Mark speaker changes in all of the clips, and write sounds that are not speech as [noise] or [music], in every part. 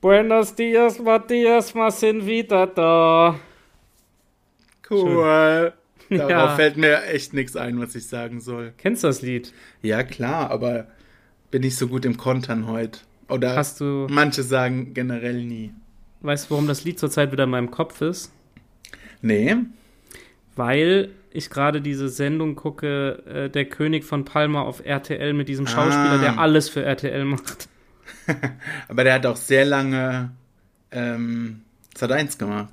Speaker 1: Buenos dias, Matthias, wir sind wieder da.
Speaker 2: Cool. Darauf
Speaker 1: Ja.
Speaker 2: fällt mir echt nichts ein, was ich sagen soll.
Speaker 1: Kennst du das Lied?
Speaker 2: Ja, klar, aber bin ich so gut im Kontern heute. Oder
Speaker 1: Hast du-
Speaker 2: manche sagen generell nie.
Speaker 1: Weißt du, warum das Lied zurzeit wieder in meinem Kopf ist?
Speaker 2: Nee,
Speaker 1: Weil ich gerade diese Sendung gucke, äh, Der König von Palma auf RTL mit diesem Schauspieler,
Speaker 2: Ah.
Speaker 1: der alles für RTL macht.
Speaker 2: aber der hat auch sehr lange ähm, Sat 1 gemacht.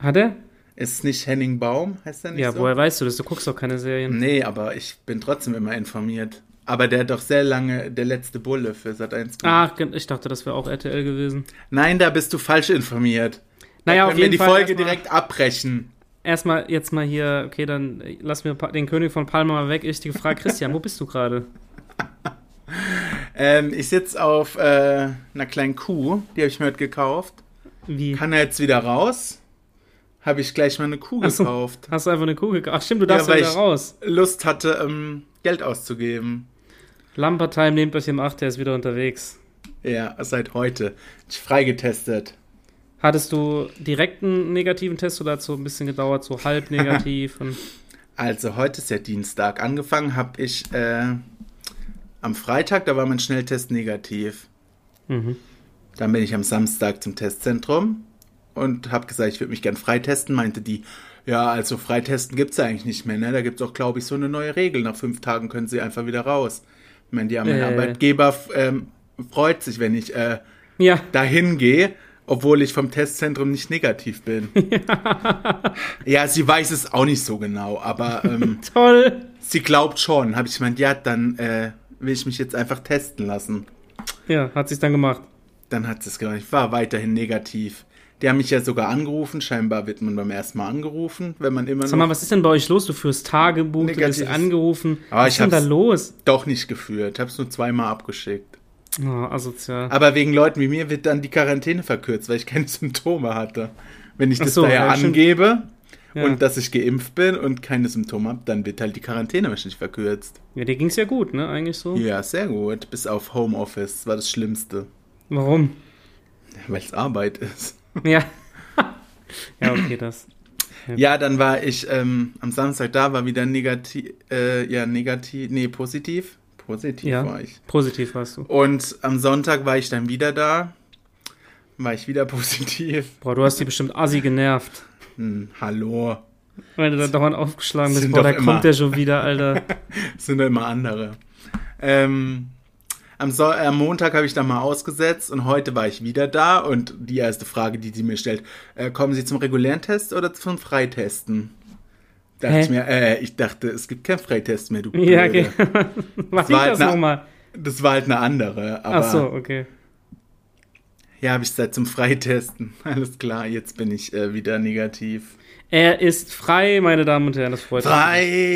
Speaker 1: Hat er?
Speaker 2: Ist es nicht Henning Baum, heißt der nicht
Speaker 1: Ja,
Speaker 2: so? Hm.
Speaker 1: woher weißt du das? Du guckst doch keine Serien.
Speaker 2: Nee, aber ich bin trotzdem immer informiert. Aber der hat doch sehr lange der letzte Bulle für Sat 1 gemacht.
Speaker 1: Ach, ich dachte, das wäre auch RTL gewesen.
Speaker 2: Nein, da bist du falsch informiert.
Speaker 1: Ah. Naja,
Speaker 2: da
Speaker 1: auf
Speaker 2: können wir
Speaker 1: jeden
Speaker 2: die
Speaker 1: Fall
Speaker 2: Folge
Speaker 1: erstmal-
Speaker 2: direkt abbrechen.
Speaker 1: Erstmal jetzt mal hier, okay, dann äh, lass mir pa- den König von Palma mal weg. Ich die Frage, Christian, wo bist du gerade?
Speaker 2: Ähm, ich sitze auf äh, einer kleinen Kuh, die habe ich mir heute gekauft.
Speaker 1: Wie?
Speaker 2: Kann er jetzt wieder raus? Habe ich gleich mal eine Kuh
Speaker 1: Ach so.
Speaker 2: gekauft.
Speaker 1: Hast du einfach eine Kuh gekauft? Ach stimmt, du darfst ja,
Speaker 2: weil
Speaker 1: wieder
Speaker 2: ich-
Speaker 1: raus.
Speaker 2: Lust hatte, ähm, Geld auszugeben.
Speaker 1: Lampertheim nehmt euch im Acht, der ist wieder unterwegs.
Speaker 2: Ja, seit heute. Ich freigetestet.
Speaker 1: Hattest du direkt einen negativen Test oder hat so ein bisschen gedauert, so
Speaker 2: [laughs]
Speaker 1: halb negativ? und
Speaker 2: Also, heute ist ja Dienstag. Angefangen habe ich äh, am Freitag, da war mein Schnelltest negativ.
Speaker 1: Mhm.
Speaker 2: Dann bin ich am Samstag zum Testzentrum und habe gesagt, ich würde mich gern freitesten. Meinte die, ja, also freitesten gibt es eigentlich nicht mehr. Ne? Da gibt es auch, glaube ich, so eine neue Regel. Nach fünf Tagen können sie einfach wieder raus. Ich meine, ja, mein
Speaker 1: Äh.
Speaker 2: Arbeitgeber f- ähm, freut sich, wenn ich äh,
Speaker 1: Ja,
Speaker 2: dahin gehe, obwohl ich vom Testzentrum nicht negativ [laughs] bin. ja, sie weiß es auch nicht so genau, aber [laughs] ähm,
Speaker 1: toll.
Speaker 2: sie glaubt schon. Habe ich gemeint, ja, dann äh, will ich mich jetzt einfach testen lassen.
Speaker 1: Ja, hat sich dann gemacht.
Speaker 2: Dann hat es gemacht. Ich war weiterhin negativ. Die haben mich ja sogar angerufen. Scheinbar wird man beim ersten Mal angerufen, wenn man immer
Speaker 1: Sag mal,
Speaker 2: noch
Speaker 1: was ist denn bei euch los? Du führst Tagebuch, du wirst
Speaker 2: Negatives.
Speaker 1: angerufen.
Speaker 2: Ah,
Speaker 1: was
Speaker 2: ich
Speaker 1: ist denn da
Speaker 2: hab's-
Speaker 1: los?
Speaker 2: doch nicht geführt. Hab's nur zweimal abgeschickt.
Speaker 1: Oh, asozial.
Speaker 2: Aber wegen Leuten wie mir wird dann die Quarantäne verkürzt, weil ich keine [laughs] Symptome hatte. Wenn ich
Speaker 1: Ach
Speaker 2: das
Speaker 1: so,
Speaker 2: daher
Speaker 1: ja, stimmt.
Speaker 2: angebe
Speaker 1: Ja.
Speaker 2: und dass ich geimpft bin und keine Symptome habe, dann wird halt die Quarantäne wahrscheinlich verkürzt.
Speaker 1: ja, dir ging's ja gut, ne? Eigentlich so.
Speaker 2: Ja, sehr gut. Bis auf Homeoffice. Das war das Schlimmste.
Speaker 1: Warum? [laughs]
Speaker 2: Weil es Arbeit ist.
Speaker 1: Ja. ja, okay, das.
Speaker 2: Ja, dann war ich ähm, am Samstag da, war wieder negativ, äh, ja, negativ, nee, positiv. Positiv
Speaker 1: Ja.
Speaker 2: war ich.
Speaker 1: Positiv warst du.
Speaker 2: Und am Sonntag war ich dann wieder da, war ich wieder [laughs] positiv.
Speaker 1: Boah, du hast die bestimmt assi genervt.
Speaker 2: Hm, hallo,
Speaker 1: Weil du da dauernd aufgeschlagen bist.
Speaker 2: Sind
Speaker 1: Boah,
Speaker 2: doch
Speaker 1: da
Speaker 2: immer.
Speaker 1: kommt der schon wieder, Alter.
Speaker 2: [laughs] das sind doch immer andere. Ähm, am, so äh, am Montag habe ich dann mal ausgesetzt und heute war ich wieder da und die erste Frage, die die mir stellt, äh, kommen Sie zum regulären Test oder zum Freitesten? Dachte
Speaker 1: Hä?
Speaker 2: ich mir, äh, ich dachte, es gibt keinen Freitest mehr, du
Speaker 1: Ja,
Speaker 2: Blöde.
Speaker 1: okay. [laughs] Mach ich
Speaker 2: war
Speaker 1: das
Speaker 2: na-
Speaker 1: nochmal.
Speaker 2: Das war halt eine andere, aber
Speaker 1: Ach so, okay.
Speaker 2: ja, habe ich seit zum Freitesten. [laughs] Alles klar, jetzt bin ich äh, wieder negativ.
Speaker 1: Er ist frei, meine Damen und Herren, das freut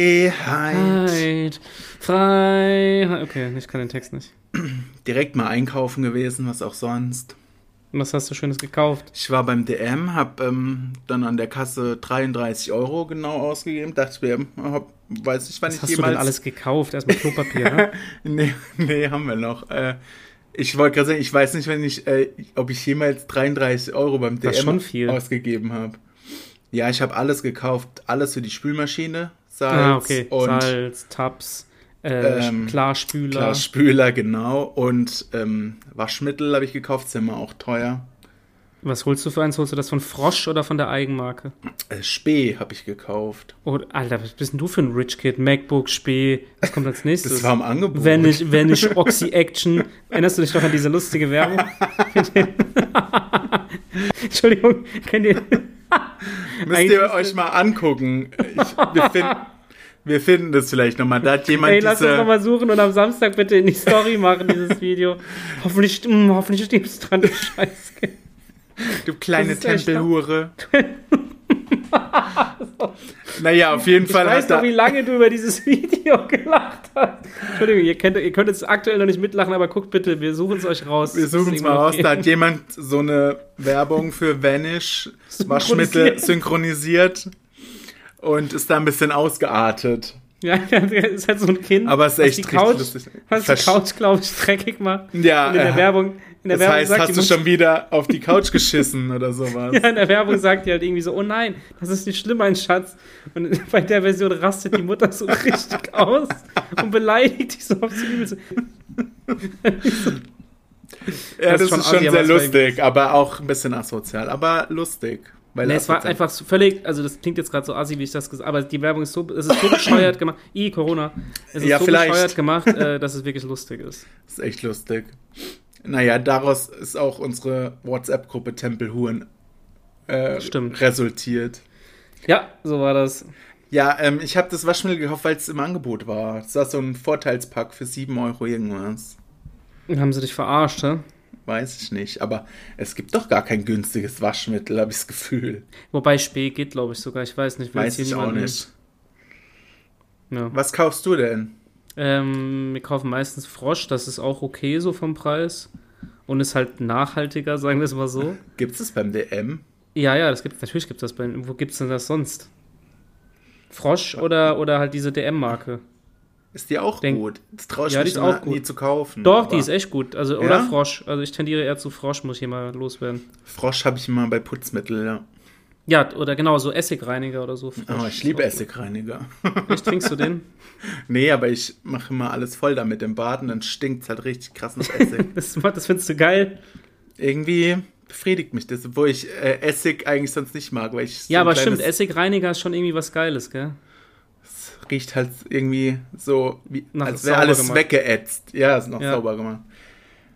Speaker 2: Freiheit.
Speaker 1: mich. Freiheit. Freiheit. Okay, ich kann den Text nicht.
Speaker 2: Direkt mal einkaufen gewesen, was auch sonst.
Speaker 1: Und Was hast du Schönes gekauft?
Speaker 2: Ich war beim DM, habe ähm, dann an der Kasse 33 Euro genau ausgegeben. Dachte mir, hm, hab, weiß nicht, wann
Speaker 1: Was
Speaker 2: ich
Speaker 1: hast du
Speaker 2: jemals...
Speaker 1: denn alles gekauft? Erstmal Klopapier, ne?
Speaker 2: [laughs] nee, nee, haben wir noch. Äh, ich wollte gerade sagen, ich weiß nicht, wenn ich, äh, ob ich jemals 33 Euro beim
Speaker 1: Das
Speaker 2: DM
Speaker 1: ist schon viel.
Speaker 2: ausgegeben habe. Ja, ich habe alles gekauft, alles für die Spülmaschine, Salz
Speaker 1: Ah, okay.
Speaker 2: und
Speaker 1: Salz, Tabs, äh,
Speaker 2: Ähm,
Speaker 1: Klarspüler.
Speaker 2: klar, Spüler, genau. Und ähm, Waschmittel habe ich gekauft, ist immer auch teuer.
Speaker 1: Was holst du für eins? Holst du das von Frosch oder von der Eigenmarke?
Speaker 2: Äh, Spee habe ich gekauft.
Speaker 1: Oh, Alter, was bist denn du für ein Rich Kid? MacBook, Spee, was kommt als nächstes?
Speaker 2: Das, war im Angebot.
Speaker 1: wenn ich, wenn ich Oxy Action, erinnerst du dich noch an diese lustige Werbung? [laughs] Entschuldigung, kennt ihr,
Speaker 2: Müsst
Speaker 1: Eigentlich-
Speaker 2: ihr euch mal angucken. Ich, wir, find, wir finden das vielleicht nochmal. Da hat jemand
Speaker 1: ey, lass uns
Speaker 2: diese.
Speaker 1: nochmal suchen und am Samstag bitte in die Story machen, dieses Video. Hoffentlich, mm, hoffentlich stirbst du dran, du
Speaker 2: [laughs]
Speaker 1: Scheiße.
Speaker 2: Du kleine
Speaker 1: Das ist echt- [laughs]
Speaker 2: Tempelhure. naja, auf jeden
Speaker 1: Ich
Speaker 2: Fall
Speaker 1: weiß
Speaker 2: hat
Speaker 1: noch,
Speaker 2: da,
Speaker 1: wie lange du über dieses Video gelacht hast. Entschuldigung, ihr, kennt, ihr könnt jetzt aktuell noch nicht mitlachen, aber guckt bitte, wir suchen es euch raus.
Speaker 2: wir suchen es mal raus. Da hat jemand so eine Werbung für Vanish Waschmittel
Speaker 1: Synchronisiert.
Speaker 2: synchronisiert und ist da ein bisschen ausgeartet.
Speaker 1: Ja, ja, ist halt so ein Kind.
Speaker 2: Aber es ist
Speaker 1: was
Speaker 2: echt
Speaker 1: die
Speaker 2: richtig
Speaker 1: Couch,
Speaker 2: lustig.
Speaker 1: Was die
Speaker 2: Versch-
Speaker 1: Couch, glaube ich, dreckig macht.
Speaker 2: Ja,
Speaker 1: Und in der
Speaker 2: äh,
Speaker 1: Werbung in der
Speaker 2: Das
Speaker 1: Werbung
Speaker 2: heißt,
Speaker 1: sagt die
Speaker 2: hast du
Speaker 1: Mund-
Speaker 2: schon wieder auf die Couch geschissen oder sowas.
Speaker 1: Ja, in der Werbung sagt die halt irgendwie so, oh nein, das ist nicht schlimm, mein Schatz. Und [laughs] bei der Version rastet die Mutter so
Speaker 2: [laughs]
Speaker 1: richtig aus und beleidigt dich so auf die Übelste.
Speaker 2: ja,
Speaker 1: das ist
Speaker 2: das ist
Speaker 1: schon
Speaker 2: schon,
Speaker 1: assi, aber es
Speaker 2: sehr
Speaker 1: war
Speaker 2: lustig, aber auch ein bisschen asozial, aber lustig. Weil
Speaker 1: Nee, es war
Speaker 2: asozial.
Speaker 1: einfach so völlig, also das klingt jetzt gerade so assi, wie ich das gesagt habe, aber die Werbung ist so, es ist so bescheuert gemacht. I, Corona. Es ist
Speaker 2: Ja,
Speaker 1: so
Speaker 2: vielleicht.
Speaker 1: bescheuert gemacht, äh, dass es wirklich lustig ist.
Speaker 2: Das ist echt lustig. Naja, daraus ist auch unsere WhatsApp-Gruppe Tempelhuren äh,
Speaker 1: Stimmt.
Speaker 2: resultiert.
Speaker 1: Ja, so war das.
Speaker 2: Ja, ähm, ich habe das Waschmittel gekauft, weil es im Angebot war. Das war so ein Vorteilspack für 7 Euro irgendwas.
Speaker 1: Haben sie dich verarscht, hä?
Speaker 2: Weiß ich nicht, aber es gibt doch gar kein günstiges Waschmittel, habe ich das Gefühl.
Speaker 1: Wobei Spee geht, glaube ich, sogar. Ich weiß nicht, will jetzt
Speaker 2: Weiß ich auch
Speaker 1: niemanden-
Speaker 2: nicht.
Speaker 1: Ja.
Speaker 2: Was kaufst du denn?
Speaker 1: Ähm, wir kaufen meistens Frosch, das ist auch okay so vom Preis. Und ist halt nachhaltiger, [laughs] sagen wir es mal so.
Speaker 2: Gibt es beim DM?
Speaker 1: Ja, ja, das gibt natürlich gibt es das bei. Wo gibt es denn das sonst? Frosch oder, oder halt diese DM-Marke.
Speaker 2: Ist die auch
Speaker 1: Denk-
Speaker 2: gut? Das traue ich
Speaker 1: Ja, die
Speaker 2: mich
Speaker 1: ist
Speaker 2: immer,
Speaker 1: auch gut.
Speaker 2: nie zu kaufen.
Speaker 1: Doch,
Speaker 2: aber
Speaker 1: die ist echt gut. Also,
Speaker 2: Ja?
Speaker 1: oder Frosch. Also ich tendiere eher zu Frosch, muss ich hier mal loswerden.
Speaker 2: Frosch habe ich immer bei Putzmittel, ja.
Speaker 1: Ja, oder genau, so Essigreiniger oder so. Frosch.
Speaker 2: Oh, ich liebe
Speaker 1: Auch
Speaker 2: Essigreiniger.
Speaker 1: gut. Echt, trinkst du den?
Speaker 2: [laughs] Nee, aber ich mache immer alles voll damit im Baden, dann stinkt es halt richtig krass nach
Speaker 1: [laughs]
Speaker 2: Essig.
Speaker 1: Das, das findest du geil.
Speaker 2: Irgendwie befriedigt mich das, obwohl ich äh, Essig eigentlich sonst nicht mag, weil ich. so
Speaker 1: Ja,
Speaker 2: ein
Speaker 1: aber stimmt,
Speaker 2: kleines-
Speaker 1: Essigreiniger ist schon irgendwie was Geiles, gell?
Speaker 2: Riecht halt irgendwie so, wie,
Speaker 1: Nach
Speaker 2: als wäre
Speaker 1: sauber
Speaker 2: alles
Speaker 1: gemacht.
Speaker 2: weggeätzt. Ja, ist noch
Speaker 1: Ja.
Speaker 2: sauber gemacht.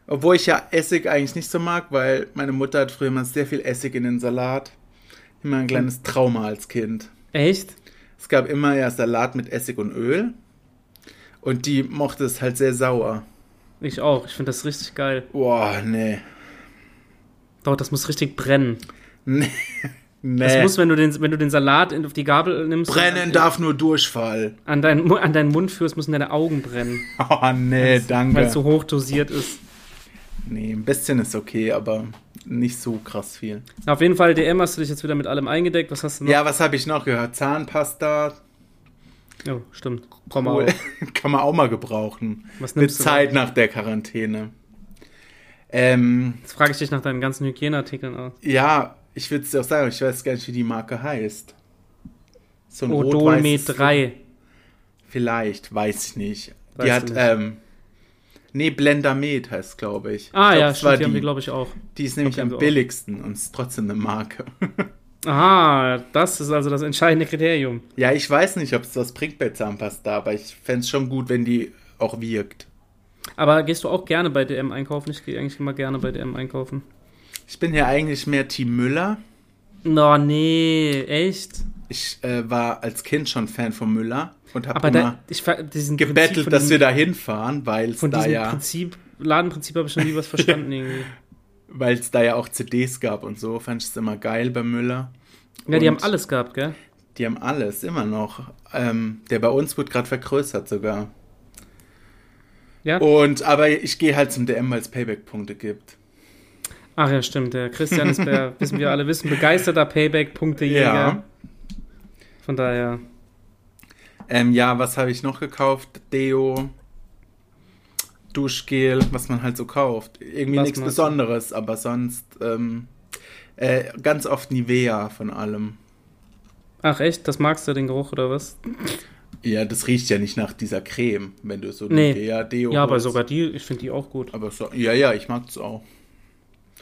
Speaker 2: Obwohl ich ja Essig eigentlich nicht so mag, weil meine Mutter hat früher immer sehr viel Essig in den Salat. Immer ein kleines Trauma als Kind.
Speaker 1: Echt?
Speaker 2: Es gab immer ja Salat mit Essig und Öl. Und die mochte es halt sehr sauer.
Speaker 1: Ich auch. Ich finde das richtig geil.
Speaker 2: Boah, nee.
Speaker 1: Doch, das muss richtig brennen.
Speaker 2: Nee.
Speaker 1: Das muss, wenn du den, wenn du den Salat in, auf die Gabel nimmst,
Speaker 2: Brennen
Speaker 1: an,
Speaker 2: darf nur Durchfall.
Speaker 1: an, deinen, Mu- an deinen Mund führst, müssen deine Augen brennen,
Speaker 2: [laughs] Oh nee,
Speaker 1: weil
Speaker 2: danke.
Speaker 1: es so hoch dosiert ist.
Speaker 2: Nee, ein bisschen ist okay, aber nicht so krass viel.
Speaker 1: Na, auf jeden Fall, DM hast du dich jetzt wieder mit allem eingedeckt. Was hast du noch?
Speaker 2: Ja, was habe ich noch gehört? Zahnpasta.
Speaker 1: Oh, stimmt. Komm
Speaker 2: Cool.
Speaker 1: mal auf.
Speaker 2: [laughs] Kann man auch mal gebrauchen.
Speaker 1: Was
Speaker 2: Eine
Speaker 1: nimmst du?
Speaker 2: Zeit nach der Quarantäne. Ähm,
Speaker 1: Jetzt frage ich dich nach deinen ganzen Hygieneartikeln Ah. aus.
Speaker 2: ja, ich würde es dir auch sagen, ich weiß gar nicht, wie die Marke heißt. So ein
Speaker 1: Odolmet
Speaker 2: rot-weißes-
Speaker 1: 3.
Speaker 2: Vielleicht, weiß ich nicht.
Speaker 1: Weißt
Speaker 2: die
Speaker 1: du
Speaker 2: hat,
Speaker 1: nicht.
Speaker 2: ähm, nee, Blendamet heißt, glaube ich.
Speaker 1: Ah
Speaker 2: ich glaub,
Speaker 1: ja,
Speaker 2: das war
Speaker 1: stimmt, die haben
Speaker 2: die,
Speaker 1: wir, glaube ich, auch.
Speaker 2: die ist nämlich
Speaker 1: die haben
Speaker 2: am
Speaker 1: wir auch.
Speaker 2: billigsten und ist trotzdem eine Marke.
Speaker 1: Aha, das ist also das entscheidende Kriterium.
Speaker 2: Ja, ich weiß nicht, ob es was bringt bei Zahnpasta, aber ich fände es schon gut, wenn die auch wirkt.
Speaker 1: Aber gehst du auch gerne bei DM einkaufen? Ich gehe eigentlich immer gerne bei DM einkaufen.
Speaker 2: Ich bin ja eigentlich mehr Team Müller.
Speaker 1: No, nee, echt?
Speaker 2: Ich äh, war als Kind schon Fan von Müller und habe
Speaker 1: Aber
Speaker 2: immer
Speaker 1: da, ich ver- diesen Prinzip von
Speaker 2: gebettelt, dass
Speaker 1: diesem-
Speaker 2: wir da hinfahren, weil es
Speaker 1: Von
Speaker 2: da,
Speaker 1: diesem
Speaker 2: ja,
Speaker 1: Prinzip, Ladenprinzip habe ich schon nie
Speaker 2: [laughs]
Speaker 1: was verstanden irgendwie.
Speaker 2: weil's da ja auch CDs gab und so. Fand ich es immer geil bei Müller.
Speaker 1: Ja, die
Speaker 2: Und-
Speaker 1: haben alles gehabt, gell?
Speaker 2: Die haben alles, immer noch. Ähm, der bei uns wird gerade vergrößert sogar.
Speaker 1: Ja?
Speaker 2: Und aber ich gehe halt zum DM, weil es Payback-Punkte gibt.
Speaker 1: Ach ja, stimmt. Der Christian ist,
Speaker 2: [laughs]
Speaker 1: der, wissen wir alle, wissen, begeisterter Payback-Punktejäger.
Speaker 2: Ja.
Speaker 1: Von daher.
Speaker 2: Ähm, ja, was habe ich noch gekauft? Deo, Duschgel, was man halt so kauft. Irgendwie
Speaker 1: Was
Speaker 2: nichts
Speaker 1: man so-
Speaker 2: Besonderes, aber sonst ähm, äh, ganz oft Nivea von allem.
Speaker 1: Ach echt, das magst du, den Geruch oder was?
Speaker 2: Ja, das riecht ja nicht nach dieser Creme, wenn du so
Speaker 1: Nee.
Speaker 2: Nivea, Deo.
Speaker 1: Ja, aber
Speaker 2: holst.
Speaker 1: sogar die, ich finde die auch gut.
Speaker 2: Aber so, ja, ja, ich mag es auch.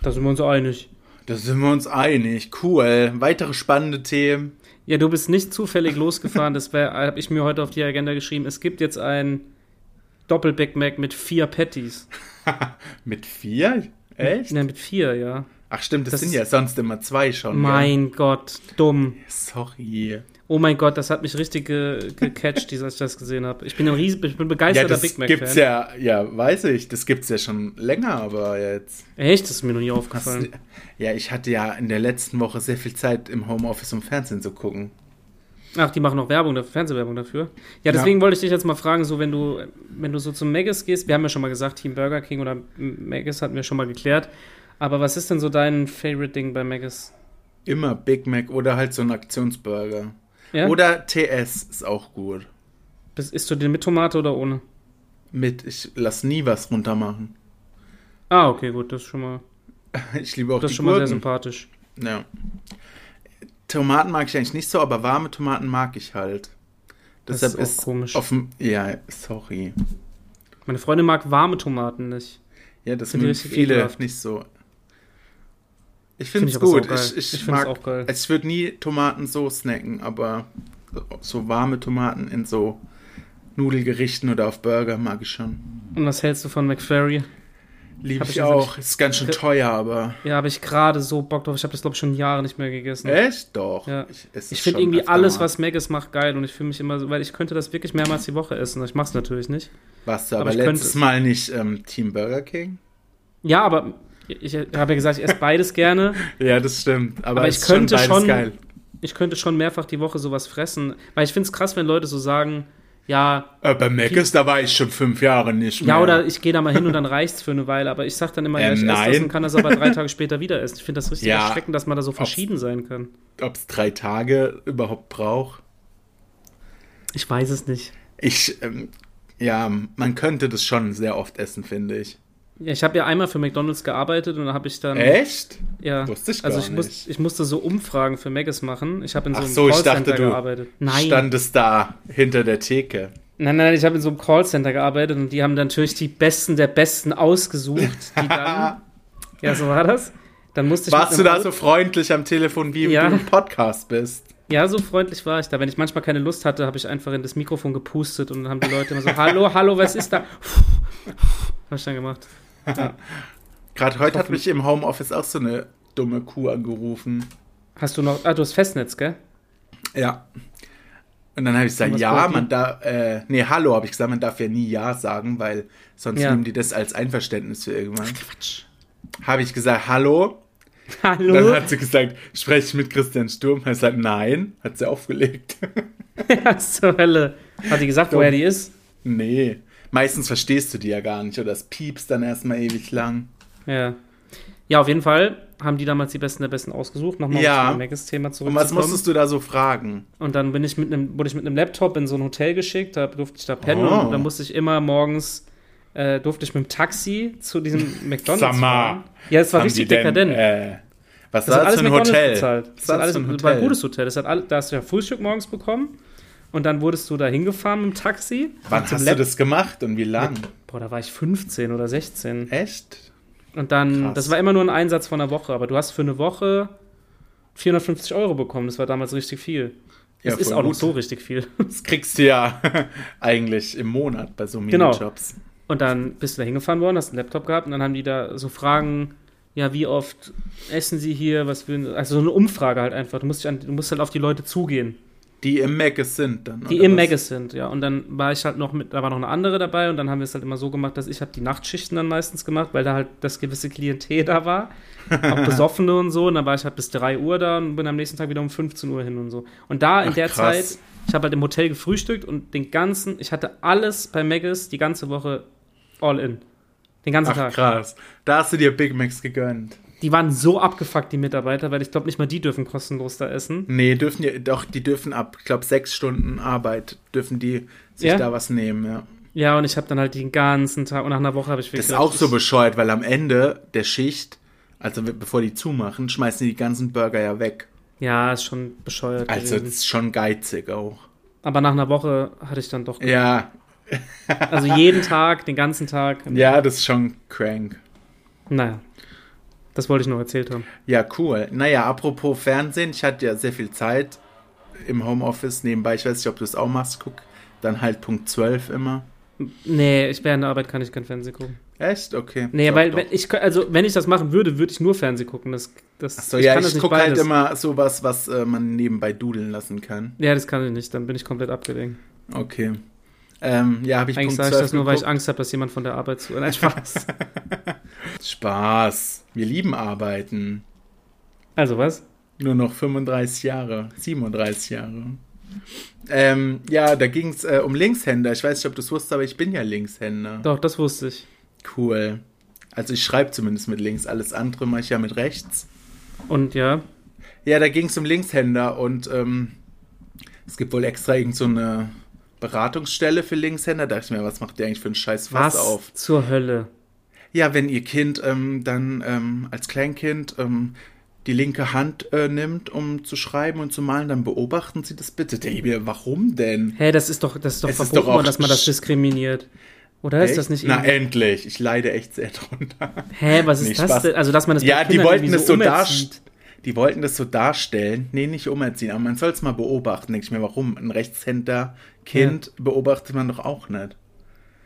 Speaker 1: Da sind wir uns einig.
Speaker 2: Da sind wir uns einig. Cool. Weitere spannende Themen.
Speaker 1: Ja, du bist nicht zufällig losgefahren. Das habe ich mir heute auf die Agenda geschrieben. Es gibt jetzt ein Doppelbig Mac mit vier Patties.
Speaker 2: Mit vier? Echt?
Speaker 1: Nein, mit vier, ja.
Speaker 2: Ach stimmt, das,
Speaker 1: Das
Speaker 2: sind
Speaker 1: ist-
Speaker 2: ja sonst immer zwei schon. gell?
Speaker 1: Mein Gott, dumm.
Speaker 2: Sorry.
Speaker 1: Oh mein Gott, das hat mich richtig ge- gecatcht, als ich das gesehen habe. Ich bin ein riesen, ich bin
Speaker 2: Ja,
Speaker 1: begeisterter
Speaker 2: das
Speaker 1: Big
Speaker 2: gibt's
Speaker 1: Mac-Fan.
Speaker 2: ja, ja, weiß ich. Das gibt's ja schon länger, aber jetzt.
Speaker 1: Echt, das ist mir noch nie
Speaker 2: Hast,
Speaker 1: aufgefallen.
Speaker 2: ja, ich hatte ja in der letzten Woche sehr viel Zeit im Homeoffice, um Fernsehen zu gucken.
Speaker 1: Ach, die machen noch Werbung, dafür, Fernsehwerbung dafür. Ja,
Speaker 2: Ja.
Speaker 1: deswegen wollte ich dich jetzt mal fragen, so wenn du, wenn du so zum Maggis gehst, wir haben ja schon mal gesagt, Team Burger King oder Maggis hatten wir schon mal geklärt. Aber was ist denn so dein Favorite Ding bei Maggis?
Speaker 2: Immer Big Mac oder halt so ein Aktionsburger.
Speaker 1: Ja?
Speaker 2: Oder TS ist auch gut.
Speaker 1: Bist, isst du den mit Tomate oder ohne?
Speaker 2: Mit, ich lass nie was runtermachen.
Speaker 1: Ah, okay, gut, das ist schon mal,
Speaker 2: Ich liebe auch
Speaker 1: das
Speaker 2: die
Speaker 1: ist schon mal sehr
Speaker 2: Gurken.
Speaker 1: sympathisch.
Speaker 2: Ja. Tomaten mag ich eigentlich nicht so, aber warme Tomaten mag ich halt.
Speaker 1: Das ist
Speaker 2: Deshalb
Speaker 1: auch
Speaker 2: ist,
Speaker 1: komisch.
Speaker 2: offen. Ja, sorry.
Speaker 1: Meine Freundin mag warme Tomaten nicht.
Speaker 2: Ja, das
Speaker 1: Finde
Speaker 2: mögen
Speaker 1: ich richtig
Speaker 2: viele
Speaker 1: ekelhaft.
Speaker 2: nicht so. Ich
Speaker 1: Finde
Speaker 2: finde es
Speaker 1: ich aber
Speaker 2: gut.
Speaker 1: saugeil.
Speaker 2: Ich, ich,
Speaker 1: Ich find's
Speaker 2: mag.
Speaker 1: auch geil.
Speaker 2: Also ich würde nie Tomaten so snacken, aber so warme Tomaten in so Nudelgerichten oder auf Burger mag ich schon.
Speaker 1: Und was hältst du von McFlurry?
Speaker 2: Liebe
Speaker 1: Hab
Speaker 2: ich
Speaker 1: ich
Speaker 2: auch. Ist ganz schön
Speaker 1: Ge-
Speaker 2: teuer, aber.
Speaker 1: Ja, habe ich gerade so Bock drauf. Ich habe das, glaube ich, schon Jahre nicht mehr gegessen.
Speaker 2: Echt? Doch.
Speaker 1: Ja.
Speaker 2: Ich, esse es
Speaker 1: Ich finde
Speaker 2: schon
Speaker 1: irgendwie
Speaker 2: öfter
Speaker 1: alles,
Speaker 2: mal.
Speaker 1: was Megas macht, geil. Und ich fühle mich immer so, weil ich könnte das wirklich mehrmals die Woche essen. Ich mache es natürlich nicht.
Speaker 2: Warst du aber,
Speaker 1: aber ich könnte
Speaker 2: letztes
Speaker 1: es-
Speaker 2: Mal nicht ähm, Team Burger King?
Speaker 1: Ja, aber ich habe ja gesagt, ich esse
Speaker 2: [laughs]
Speaker 1: beides gerne.
Speaker 2: Ja, das stimmt. Aber,
Speaker 1: Aber
Speaker 2: es
Speaker 1: ich
Speaker 2: ist
Speaker 1: könnte
Speaker 2: beides
Speaker 1: schon-
Speaker 2: geil.
Speaker 1: Ich könnte schon mehrfach die Woche sowas fressen. Weil ich finde es krass, wenn Leute so sagen, ja,
Speaker 2: Äh, bei Meckes, da war ich schon fünf Jahre nicht mehr.
Speaker 1: ja, oder ich gehe da mal hin und dann reicht's für eine Weile. Aber ich sage dann immer,
Speaker 2: Äh,
Speaker 1: ja, ich
Speaker 2: nein.
Speaker 1: esse das und kann das aber
Speaker 2: [laughs]
Speaker 1: drei Tage später wieder essen. Ich finde das richtig
Speaker 2: Ja.
Speaker 1: erschreckend, dass man da so verschieden sein kann.
Speaker 2: Ob es drei Tage überhaupt braucht.
Speaker 1: Ich weiß es nicht.
Speaker 2: Ich, ähm, ja, man könnte das schon sehr oft essen, finde ich.
Speaker 1: Ja, ich habe ja einmal für McDonalds gearbeitet und da habe ich dann.
Speaker 2: Echt?
Speaker 1: Ja.
Speaker 2: Wusste ich
Speaker 1: also
Speaker 2: gar
Speaker 1: ich, muss-
Speaker 2: nicht.
Speaker 1: ich musste so Umfragen für Megas machen. Ich habe in so
Speaker 2: Ach
Speaker 1: einem
Speaker 2: so, ich
Speaker 1: Callcenter
Speaker 2: dachte, du
Speaker 1: gearbeitet. Nein.
Speaker 2: Stand es da hinter der Theke.
Speaker 1: nein, nein, ich habe in so einem Callcenter gearbeitet und die haben dann natürlich die Besten der Besten ausgesucht, die
Speaker 2: [laughs]
Speaker 1: dann. ja, so war das. Dann musste ich
Speaker 2: Warst
Speaker 1: mit
Speaker 2: du
Speaker 1: einem
Speaker 2: da so freundlich am Telefon, wie
Speaker 1: Ja.
Speaker 2: du im Podcast bist?
Speaker 1: Ja, so freundlich war ich da. Wenn ich manchmal keine Lust hatte, habe ich einfach in das Mikrofon gepustet und dann haben die Leute
Speaker 2: [laughs]
Speaker 1: immer so, hallo, hallo, was ist da? Habe ich dann gemacht.
Speaker 2: Gerade heute hat
Speaker 1: hoffe-
Speaker 2: mich im Homeoffice auch so eine dumme Kuh angerufen.
Speaker 1: Hast du noch, ah, du hast Festnetz, gell?
Speaker 2: Ja. Und dann habe ich gesagt,
Speaker 1: Und was
Speaker 2: ja,
Speaker 1: wollt ihr?
Speaker 2: man darf, äh, nee, hallo, habe ich gesagt, man darf ja nie Ja sagen, weil sonst
Speaker 1: Ja.
Speaker 2: nehmen die das als Einverständnis für irgendwann.
Speaker 1: Quatsch.
Speaker 2: Habe ich gesagt, hallo. Und dann
Speaker 1: Hallo? [laughs]
Speaker 2: hat sie gesagt, spreche ich mit Christian Sturm? Hat gesagt, nein. Hat sie aufgelegt.
Speaker 1: Was zur Hölle? Hat die gesagt, woher die ist?
Speaker 2: nee. Meistens verstehst du die ja gar nicht oder es piepst dann erstmal ewig lang.
Speaker 1: Ja. Ja, auf jeden Fall haben die damals die Besten der Besten ausgesucht. Nochmal um
Speaker 2: Ja.
Speaker 1: zum Megas-Thema
Speaker 2: Und was
Speaker 1: zurückzukommen.
Speaker 2: musstest du da so fragen?
Speaker 1: Und dann bin ich mit einem, wurde ich mit einem Laptop in so ein Hotel geschickt, da durfte ich da pennen
Speaker 2: Oh.
Speaker 1: und dann musste ich immer morgens, äh, durfte ich mit dem Taxi zu
Speaker 2: [laughs]
Speaker 1: diesem McDonalds
Speaker 2: Sag mal,
Speaker 1: fahren. Ja, es war
Speaker 2: Haben
Speaker 1: richtig
Speaker 2: die denn,
Speaker 1: dekadent.
Speaker 2: Äh, was
Speaker 1: Das
Speaker 2: war
Speaker 1: hat
Speaker 2: das
Speaker 1: alles
Speaker 2: für ein
Speaker 1: McDonalds
Speaker 2: Hotel?
Speaker 1: bezahlt. Das
Speaker 2: war
Speaker 1: hat alles,
Speaker 2: für ein
Speaker 1: war ein
Speaker 2: Hotel?
Speaker 1: gutes Hotel. Das hat all, da hast du ja Frühstück morgens bekommen und dann wurdest du da hingefahren mit dem Taxi.
Speaker 2: Wann
Speaker 1: Und zum
Speaker 2: hast du
Speaker 1: Lab-
Speaker 2: das gemacht und wie lang?
Speaker 1: Boah, da war ich 15 oder 16.
Speaker 2: Echt?
Speaker 1: Und dann,
Speaker 2: Krass.
Speaker 1: das war immer nur ein Einsatz von einer Woche, aber du hast für eine Woche 450 Euro bekommen. Das war damals richtig viel.
Speaker 2: Ja,
Speaker 1: das ist
Speaker 2: voll
Speaker 1: auch noch
Speaker 2: gut.
Speaker 1: so richtig viel. [laughs]
Speaker 2: Das kriegst du ja [laughs] eigentlich im Monat bei so
Speaker 1: Genau.
Speaker 2: Minijobs.
Speaker 1: Und dann bist du da hingefahren worden, hast einen Laptop gehabt und dann haben die da so Fragen, ja, wie oft essen sie hier, was will, also so eine Umfrage halt einfach. Du musst, dich an, du musst halt auf die Leute zugehen,
Speaker 2: Die im Magus sind dann.
Speaker 1: die
Speaker 2: oder
Speaker 1: im
Speaker 2: was?
Speaker 1: Magus sind, ja. Und dann war ich halt noch mit, da war noch eine andere dabei und dann haben wir es halt immer so gemacht, dass ich habe die Nachtschichten dann meistens gemacht, weil da halt das gewisse Klientel da war,
Speaker 2: [laughs]
Speaker 1: auch Besoffene und so. Und dann war ich halt bis 3 Uhr da und bin am nächsten Tag wieder um 15 Uhr hin und so. Und da in
Speaker 2: Ach,
Speaker 1: der
Speaker 2: krass.
Speaker 1: Zeit, ich habe halt im Hotel gefrühstückt und den ganzen, ich hatte alles bei Magus die ganze Woche all in. Den ganzen
Speaker 2: Ach
Speaker 1: Tag.
Speaker 2: krass. Da hast du dir Big Macs gegönnt.
Speaker 1: Die waren so abgefuckt, die Mitarbeiter, weil ich glaube, nicht mal die dürfen kostenlos da essen.
Speaker 2: Nee, dürfen die, doch, die dürfen ab, ich glaube, sechs Stunden Arbeit dürfen die sich
Speaker 1: Ja?
Speaker 2: da was nehmen, ja.
Speaker 1: Ja, und ich habe dann halt den ganzen Tag, und nach einer Woche habe ich wirklich.
Speaker 2: Das ist auch so
Speaker 1: ich,
Speaker 2: bescheuert, weil am Ende der Schicht, also we- bevor die zumachen, schmeißen die die ganzen Burger ja weg.
Speaker 1: Ja, ist schon bescheuert.
Speaker 2: Also, das
Speaker 1: gewesen.
Speaker 2: ist schon geizig auch.
Speaker 1: Aber nach einer Woche hatte ich dann doch.
Speaker 2: Ja,
Speaker 1: Also jeden Tag, den ganzen Tag.
Speaker 2: ja, das ist schon crank.
Speaker 1: Naja. Das wollte ich noch erzählt haben.
Speaker 2: Ja, cool. Naja, apropos Fernsehen, ich hatte ja sehr viel Zeit im Homeoffice nebenbei. Ich weiß nicht, ob du es auch machst. Guck, dann halt Punkt 12 immer.
Speaker 1: Nee, ich während der Arbeit kann ich kein Fernsehen gucken.
Speaker 2: Echt? Okay.
Speaker 1: Nee,
Speaker 2: Doch,
Speaker 1: weil
Speaker 2: doch.
Speaker 1: wenn ich kö- also wenn ich das machen würde, würde ich nur Fernsehen gucken. Das, das,
Speaker 2: Ach so, ja,
Speaker 1: kann das
Speaker 2: ich
Speaker 1: nicht
Speaker 2: gucke halt
Speaker 1: beides.
Speaker 2: immer sowas, was äh, man nebenbei dudeln lassen kann.
Speaker 1: Ja, das kann ich nicht. Dann bin ich komplett abgelenkt.
Speaker 2: Okay. Ähm, ja, habe ich
Speaker 1: Eigentlich
Speaker 2: Punkt
Speaker 1: sage ich
Speaker 2: 12
Speaker 1: das nur, weil ich
Speaker 2: geguckt.
Speaker 1: Angst habe, dass jemand von der Arbeit zu. Nein,
Speaker 2: [laughs]
Speaker 1: Spaß.
Speaker 2: Spaß. Wir lieben Arbeiten.
Speaker 1: Also was?
Speaker 2: Nur noch 35 Jahre, 37 Jahre. Ähm, ja, da ging es äh, um Linkshänder. Ich weiß nicht, ob du es wusstest, aber ich bin ja Linkshänder.
Speaker 1: Doch, das wusste ich.
Speaker 2: Cool. Also ich schreibe zumindest mit links, alles andere mache ich ja mit rechts.
Speaker 1: Und ja,
Speaker 2: Ja, da ging es um Linkshänder und ähm, es gibt wohl extra irgend so eine Beratungsstelle für Linkshänder. Da dachte ich mir, was macht der eigentlich für einen scheiß Fass
Speaker 1: was
Speaker 2: auf?
Speaker 1: zur Hölle?
Speaker 2: ja, wenn ihr Kind ähm, dann ähm, als Kleinkind ähm, die linke Hand äh, nimmt, um zu schreiben und zu malen, dann beobachten Sie das bitte. Denke ich mir, warum denn?
Speaker 1: Hä, das ist doch, das ist doch
Speaker 2: Es ist
Speaker 1: verboten,
Speaker 2: doch auch
Speaker 1: dass man das
Speaker 2: sch-
Speaker 1: diskriminiert. Oder ist
Speaker 2: Echt?
Speaker 1: das nicht
Speaker 2: Na,
Speaker 1: irgendwie-
Speaker 2: endlich. Ich leide echt sehr [laughs] drunter.
Speaker 1: Hä, was ist
Speaker 2: Nee,
Speaker 1: das
Speaker 2: Spaß.
Speaker 1: denn? Also, dass man das bei
Speaker 2: Ja, die
Speaker 1: Kindern
Speaker 2: wollten
Speaker 1: irgendwie
Speaker 2: es so
Speaker 1: umerzieht.
Speaker 2: darstellen. Die wollten das so darstellen. Nee, nicht umerziehen, aber man soll es mal beobachten. Denke ich mir, warum? Ein Rechtshänder-Kind beobachtet man doch auch nicht.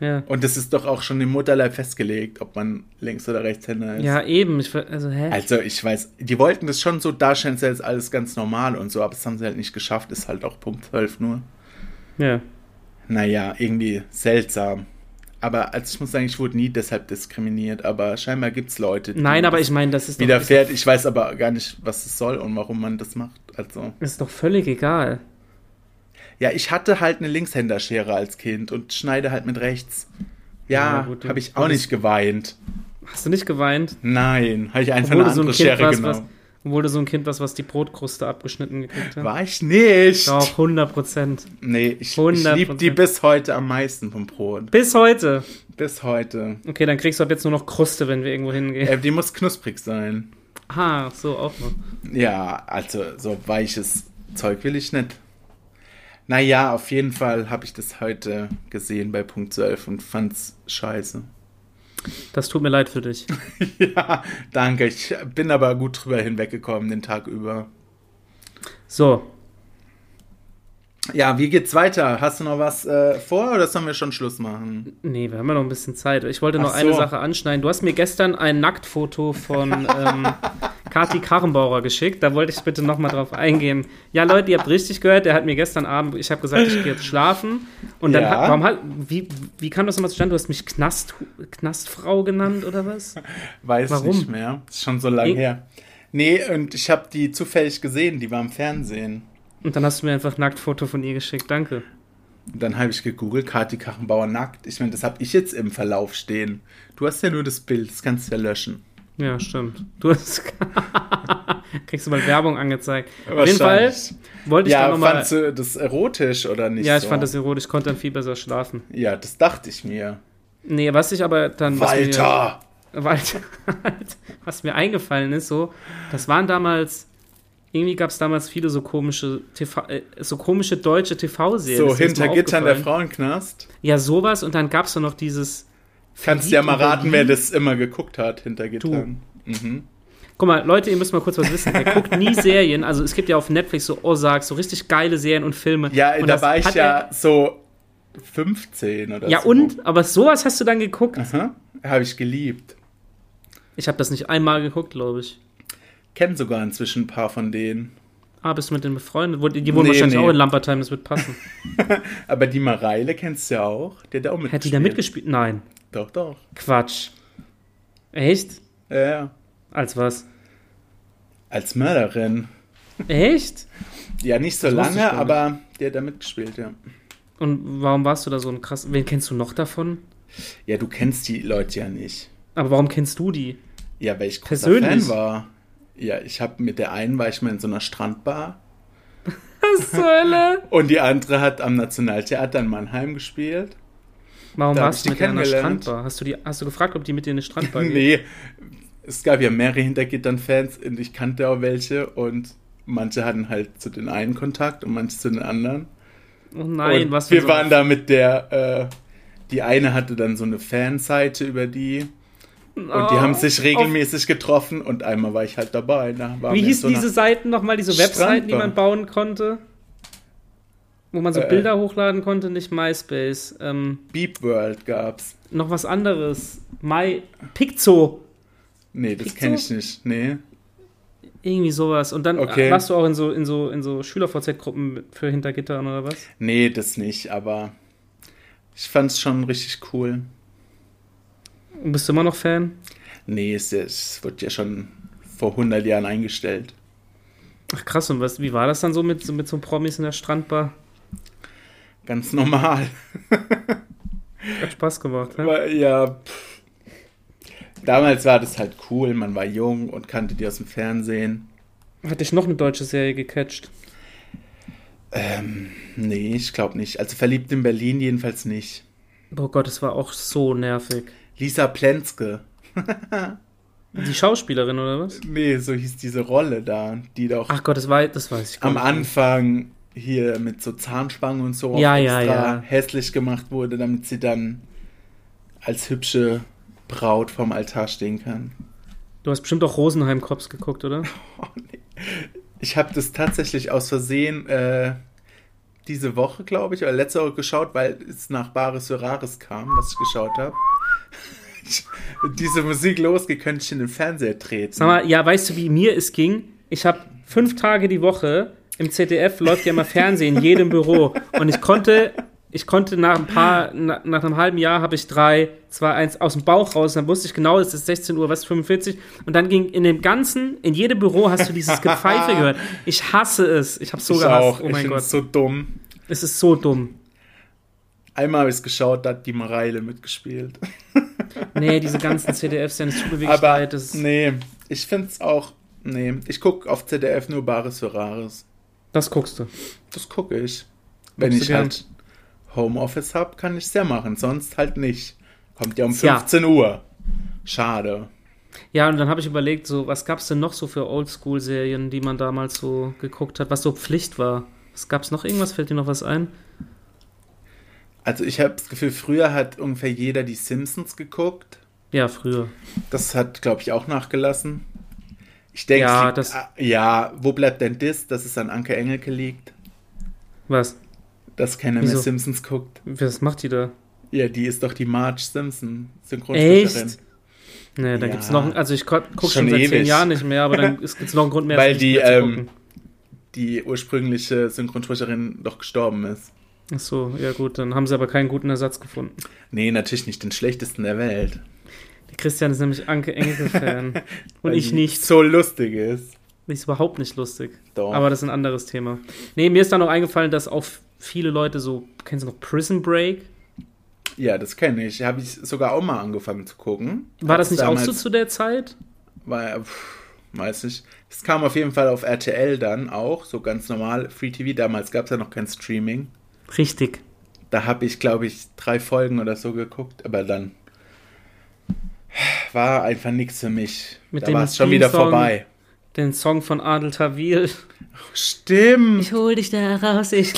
Speaker 1: Ja.
Speaker 2: Und das ist doch auch schon im Mutterleib festgelegt, ob man Links- oder Rechtshänder ist.
Speaker 1: ja, eben. Ich, ver- also, hä?
Speaker 2: Also, ich weiß, die wollten das schon so darstellen, als wäre alles ganz normal und so, aber das haben sie halt nicht geschafft. Ist halt auch Punkt 12 nur.
Speaker 1: ja.
Speaker 2: Naja, irgendwie seltsam. Aber also ich muss sagen, ich wurde nie deshalb diskriminiert, aber scheinbar gibt es Leute, die
Speaker 1: Nein, aber ich meine, das ist doch, ist,
Speaker 2: widerfährt. Ich weiß aber gar nicht, was es soll und warum man das macht. Also,
Speaker 1: ist doch völlig egal.
Speaker 2: ja, ich hatte halt eine Linkshänderschere als Kind und schneide halt mit rechts.
Speaker 1: Ja,
Speaker 2: Ja,
Speaker 1: gut,
Speaker 2: habe
Speaker 1: das-
Speaker 2: ich auch nicht geweint.
Speaker 1: Hast du nicht geweint?
Speaker 2: Nein, habe ich einfach
Speaker 1: Obwohl
Speaker 2: eine
Speaker 1: du so ein
Speaker 2: andere
Speaker 1: Kind
Speaker 2: Schere genau.
Speaker 1: warst, was,
Speaker 2: genommen.
Speaker 1: obwohl du so ein Kind warst, was die Brotkruste abgeschnitten gekriegt hat.
Speaker 2: War ich nicht.
Speaker 1: Doch, 100 Prozent.
Speaker 2: Nee, ich, ich
Speaker 1: 100%.
Speaker 2: liebe die bis heute am meisten vom Brot.
Speaker 1: Bis heute.
Speaker 2: Bis heute.
Speaker 1: Okay, dann kriegst du ab jetzt nur noch Kruste, wenn wir irgendwo hingehen.
Speaker 2: Äh, die muss knusprig sein.
Speaker 1: Ah, so auch noch.
Speaker 2: Ja, also so weiches Zeug will ich nicht. Naja, auf jeden Fall habe ich das heute gesehen bei Punkt 12 und fand's scheiße.
Speaker 1: Das tut mir leid für dich.
Speaker 2: ja, danke. Ich bin aber gut drüber hinweggekommen den Tag über.
Speaker 1: So,
Speaker 2: Ja, wie geht's weiter? Hast du noch was äh, vor oder sollen wir schon Schluss machen?
Speaker 1: nee, wir haben ja noch ein bisschen Zeit. Ich wollte noch
Speaker 2: Ach so.
Speaker 1: eine Sache anschneiden. Du hast mir gestern ein Nacktfoto von
Speaker 2: [laughs]
Speaker 1: ähm, Kati Karrenbauer geschickt. Da wollte ich bitte nochmal drauf eingehen. Ja, Leute, ihr habt richtig gehört. Der hat mir gestern Abend, ich habe gesagt, ich gehe jetzt schlafen. Und dann,
Speaker 2: Ja.
Speaker 1: hat, warum hat, wie, wie kam das nochmal zustande? Du hast mich Knast, Knastfrau genannt oder was?
Speaker 2: Weiß
Speaker 1: Warum?
Speaker 2: nicht mehr. Ist schon so lange
Speaker 1: Ich-
Speaker 2: her. Nee, und ich habe die zufällig gesehen, die war im Fernsehen.
Speaker 1: Und dann hast du mir einfach ein Nacktfoto von ihr geschickt. Danke.
Speaker 2: Und dann habe ich gegoogelt, Kati Kachenbauer nackt. Ich meine, das habe ich jetzt im Verlauf stehen. Du hast ja nur das Bild, das kannst du ja löschen.
Speaker 1: Ja, stimmt. Du hast. [laughs] kriegst du mal Werbung angezeigt. Auf jeden Fall
Speaker 2: Wahrscheinlich.
Speaker 1: wollte ich da
Speaker 2: ja,
Speaker 1: nochmal.
Speaker 2: fandst du das erotisch oder nicht?
Speaker 1: Ja, ich
Speaker 2: so?
Speaker 1: fand das erotisch, konnte dann viel besser schlafen.
Speaker 2: Ja, das dachte ich mir.
Speaker 1: Nee, was ich aber dann. was mir-
Speaker 2: Walter!
Speaker 1: Walter, [laughs] was mir eingefallen ist, so, das waren damals. Irgendwie gab es damals viele so komische TV, äh, so komische deutsche TV-Serien.
Speaker 2: So,
Speaker 1: Ist dir das mal
Speaker 2: hinter Gittern der
Speaker 1: aufgefallen?
Speaker 2: Frauenknast.
Speaker 1: Ja, sowas und dann gab es noch dieses.
Speaker 2: Kannst ja mal
Speaker 1: Verliebt oder
Speaker 2: raten, wer das immer geguckt hat, hinter Gittern. Mhm.
Speaker 1: Guck mal, Leute, ihr müsst mal kurz was wissen. Er guckt
Speaker 2: [laughs]
Speaker 1: nie Serien. Also es gibt ja auf Netflix so Ozark, so richtig geile Serien und Filme.
Speaker 2: Ja,
Speaker 1: und
Speaker 2: da
Speaker 1: das
Speaker 2: war ich
Speaker 1: hat
Speaker 2: ja
Speaker 1: er-
Speaker 2: so 15 oder
Speaker 1: Ja
Speaker 2: so.
Speaker 1: und? Aber sowas hast du dann geguckt?
Speaker 2: Aha, habe ich geliebt.
Speaker 1: Ich habe das nicht einmal geguckt, glaube ich.
Speaker 2: Kenn sogar inzwischen ein paar von denen.
Speaker 1: Ah, bist du mit denen befreundet? Wo- Die wohnen
Speaker 2: Nee,
Speaker 1: wahrscheinlich
Speaker 2: nee.
Speaker 1: auch in Lampertheim, das wird passen.
Speaker 2: Aber die Mareile kennst du ja auch. Der hat auch mitgespielt.
Speaker 1: Hat die da mitgespielt? Nein.
Speaker 2: Doch, doch.
Speaker 1: Quatsch. Echt?
Speaker 2: Ja, ja.
Speaker 1: Als was?
Speaker 2: Als Mörderin.
Speaker 1: Echt?
Speaker 2: Ja, nicht so
Speaker 1: Das wusste ich
Speaker 2: lange,
Speaker 1: gar
Speaker 2: aber der hat da mitgespielt, ja.
Speaker 1: Und warum warst du da so ein krass. Wen kennst du noch davon?
Speaker 2: Ja, du kennst die Leute ja nicht.
Speaker 1: Aber warum kennst du die?
Speaker 2: Ja, weil ich großer
Speaker 1: Persönlich?
Speaker 2: Fan war. Ja, ich habe mit der einen war ich mal in so einer Strandbar
Speaker 1: Was zur Hölle?
Speaker 2: und die andere hat am Nationaltheater in Mannheim gespielt.
Speaker 1: Warum
Speaker 2: Da hab ich
Speaker 1: warst
Speaker 2: die
Speaker 1: du mit der in einer
Speaker 2: kennengelernt.
Speaker 1: Strandbar? Hast du, die, hast du gefragt, ob die mit dir in eine Strandbar geht?
Speaker 2: [laughs] nee, es gab ja mehrere Hintergittern-Fans und ich kannte auch welche und manche hatten halt zu den einen Kontakt und manche zu den anderen.
Speaker 1: Oh nein,
Speaker 2: und
Speaker 1: was für
Speaker 2: wir
Speaker 1: so-
Speaker 2: waren da mit der, äh, die eine hatte dann so eine Fanseite über die und die
Speaker 1: Oh,
Speaker 2: haben sich
Speaker 1: auf-
Speaker 2: regelmäßig getroffen und einmal war ich halt dabei. Da waren
Speaker 1: Wie
Speaker 2: wir in
Speaker 1: hieß
Speaker 2: so einer-
Speaker 1: diese Seiten nochmal, diese Webseiten, die
Speaker 2: Strandbar.
Speaker 1: man bauen konnte? Wo man so
Speaker 2: Äh.
Speaker 1: Bilder hochladen konnte, nicht MySpace. Ähm,
Speaker 2: Beep World gab's.
Speaker 1: noch was anderes. My Piczo.
Speaker 2: Nee, das
Speaker 1: Pixel?
Speaker 2: kenne ich nicht. Nee.
Speaker 1: Irgendwie sowas. Und dann
Speaker 2: Okay.
Speaker 1: warst du auch in so, in so, in so Schüler-VZ-Gruppen mit- für Hintergittern oder was?
Speaker 2: Nee, das nicht, aber ich fand's schon richtig cool.
Speaker 1: Und bist du immer noch Fan?
Speaker 2: Nee, es, es wird ja schon vor 100 Jahren eingestellt.
Speaker 1: Ach krass, und was, wie war das dann so mit, so- mit so Promis in der Strandbar?
Speaker 2: Ganz normal.
Speaker 1: Hat Spaß gemacht,
Speaker 2: [laughs]
Speaker 1: ne?
Speaker 2: Aber ja, pff. Damals war das halt cool, man war jung und kannte die aus dem Fernsehen.
Speaker 1: Hat dich noch eine deutsche Serie gecatcht?
Speaker 2: Nee, ich glaube nicht. Also verliebt in Berlin jedenfalls nicht.
Speaker 1: Oh Gott, das war auch so nervig.
Speaker 2: Lisa Plenske
Speaker 1: Die Schauspielerin oder was?
Speaker 2: Nee, so hieß diese Rolle da, die doch
Speaker 1: Ach Gott, das, wei das weiß ich gar
Speaker 2: am
Speaker 1: nicht.
Speaker 2: Anfang hier mit so Zahnspangen und so
Speaker 1: Ja,
Speaker 2: auch
Speaker 1: ja, ja.
Speaker 2: hässlich gemacht wurde, damit sie dann als hübsche Braut vom Altar stehen kann.
Speaker 1: Du hast bestimmt auch Rosenheim Cops geguckt, oder?
Speaker 2: Oh, nee. Ich habe das tatsächlich aus Versehen äh, diese Woche, glaube ich, oder letzte Woche geschaut, weil es nach Bares für Rares kam, was ich geschaut habe. [laughs] Diese Musik losgekönnt ich in den Fernseher treten.
Speaker 1: Sag mal, ja, weißt du, wie mir es ging? Ich habe fünf Tage die Woche im ZDF läuft ja immer Fernsehen, [laughs] in jedem Büro. Und ich konnte, ich konnte nach ein paar, na, nach einem halben Jahr habe ich drei, zwei, eins aus dem Bauch raus. Dann wusste ich genau, es ist 16 Uhr, was 45. Und dann ging in dem ganzen, in jedem Büro hast du dieses
Speaker 2: [laughs]
Speaker 1: Gepfeife gehört. Ich hasse es. Ich habe so
Speaker 2: ich
Speaker 1: gehasst.
Speaker 2: auch.
Speaker 1: Oh
Speaker 2: ich
Speaker 1: mein
Speaker 2: find's
Speaker 1: Gott,
Speaker 2: so dumm.
Speaker 1: es ist so dumm.
Speaker 2: Einmal habe ich es geschaut, da hat die Mareile mitgespielt.
Speaker 1: Nee, diese ganzen ZDF-Serien, es tut mir wirklich
Speaker 2: Aber
Speaker 1: leid. Das ist,
Speaker 2: nee, ich finde es auch. Nee, ich gucke auf ZDF nur Bares für Rares.
Speaker 1: Das guckst du.
Speaker 2: Das gucke ich. Wenn
Speaker 1: Guckst du
Speaker 2: ich
Speaker 1: gern?
Speaker 2: halt Homeoffice habe, kann ich es ja machen. Sonst halt nicht. Kommt ja um
Speaker 1: Tja.
Speaker 2: 15 Uhr. Schade.
Speaker 1: Ja, und dann habe ich überlegt, so, was gab es denn noch so für Oldschool-Serien, die man damals so geguckt hat, was so Pflicht war? Was gab es noch irgendwas? Fällt dir noch was ein?
Speaker 2: Also ich habe das Gefühl, früher hat ungefähr jeder die Simpsons geguckt.
Speaker 1: Ja, früher.
Speaker 2: Das hat, glaube ich, auch nachgelassen. Ich denke,
Speaker 1: Ja,
Speaker 2: ja,
Speaker 1: das-
Speaker 2: ja, wo bleibt denn das, dass es an Anke Engelke liegt?
Speaker 1: Was?
Speaker 2: Dass keiner
Speaker 1: Wieso?
Speaker 2: mehr Simpsons guckt.
Speaker 1: Was macht die da?
Speaker 2: Ja, die ist doch die Marge Simpson, Synchronsprecherin.
Speaker 1: Echt? Nee, da
Speaker 2: Ja.
Speaker 1: gibt's noch, einen- also ich gucke schon,
Speaker 2: Schon
Speaker 1: seit zehn
Speaker 2: ewig.
Speaker 1: Jahren nicht mehr, aber
Speaker 2: [laughs]
Speaker 1: dann gibt es noch einen Grund mehr,
Speaker 2: Weil
Speaker 1: es
Speaker 2: die,
Speaker 1: nicht mehr
Speaker 2: ähm, Die ursprüngliche Synchronsprecherin doch gestorben ist.
Speaker 1: Ach so, ja gut, dann haben sie aber keinen guten Ersatz gefunden.
Speaker 2: Nee, natürlich nicht den schlechtesten der Welt.
Speaker 1: Der Christian ist nämlich Anke
Speaker 2: [laughs]
Speaker 1: Engelke-Fan und
Speaker 2: Weil
Speaker 1: ich
Speaker 2: die
Speaker 1: nicht.
Speaker 2: So lustig ist.
Speaker 1: Die ist überhaupt nicht lustig.
Speaker 2: Doch.
Speaker 1: Aber das ist ein anderes Thema. Nee, mir ist dann noch eingefallen, dass auch viele Leute so, kennst du noch Prison Break?
Speaker 2: ja, das kenne ich. Habe ich sogar auch mal angefangen zu gucken.
Speaker 1: War das nicht auch
Speaker 2: damals-
Speaker 1: so zu der Zeit?
Speaker 2: War, pff, weiß nicht. Es kam auf jeden Fall auf RTL dann auch, so ganz normal. Free TV, damals gab es ja noch kein Streaming.
Speaker 1: Richtig.
Speaker 2: Da habe ich, glaube ich, drei Folgen oder so geguckt, aber dann war einfach nichts für mich.
Speaker 1: Mit
Speaker 2: da
Speaker 1: dem
Speaker 2: war es schon wieder
Speaker 1: Theme-Song.
Speaker 2: vorbei.
Speaker 1: Den Song von Adel Tawil. [laughs]
Speaker 2: Stimmt.
Speaker 1: Ich hol dich da raus, [laughs]
Speaker 2: [laughs]
Speaker 1: ich.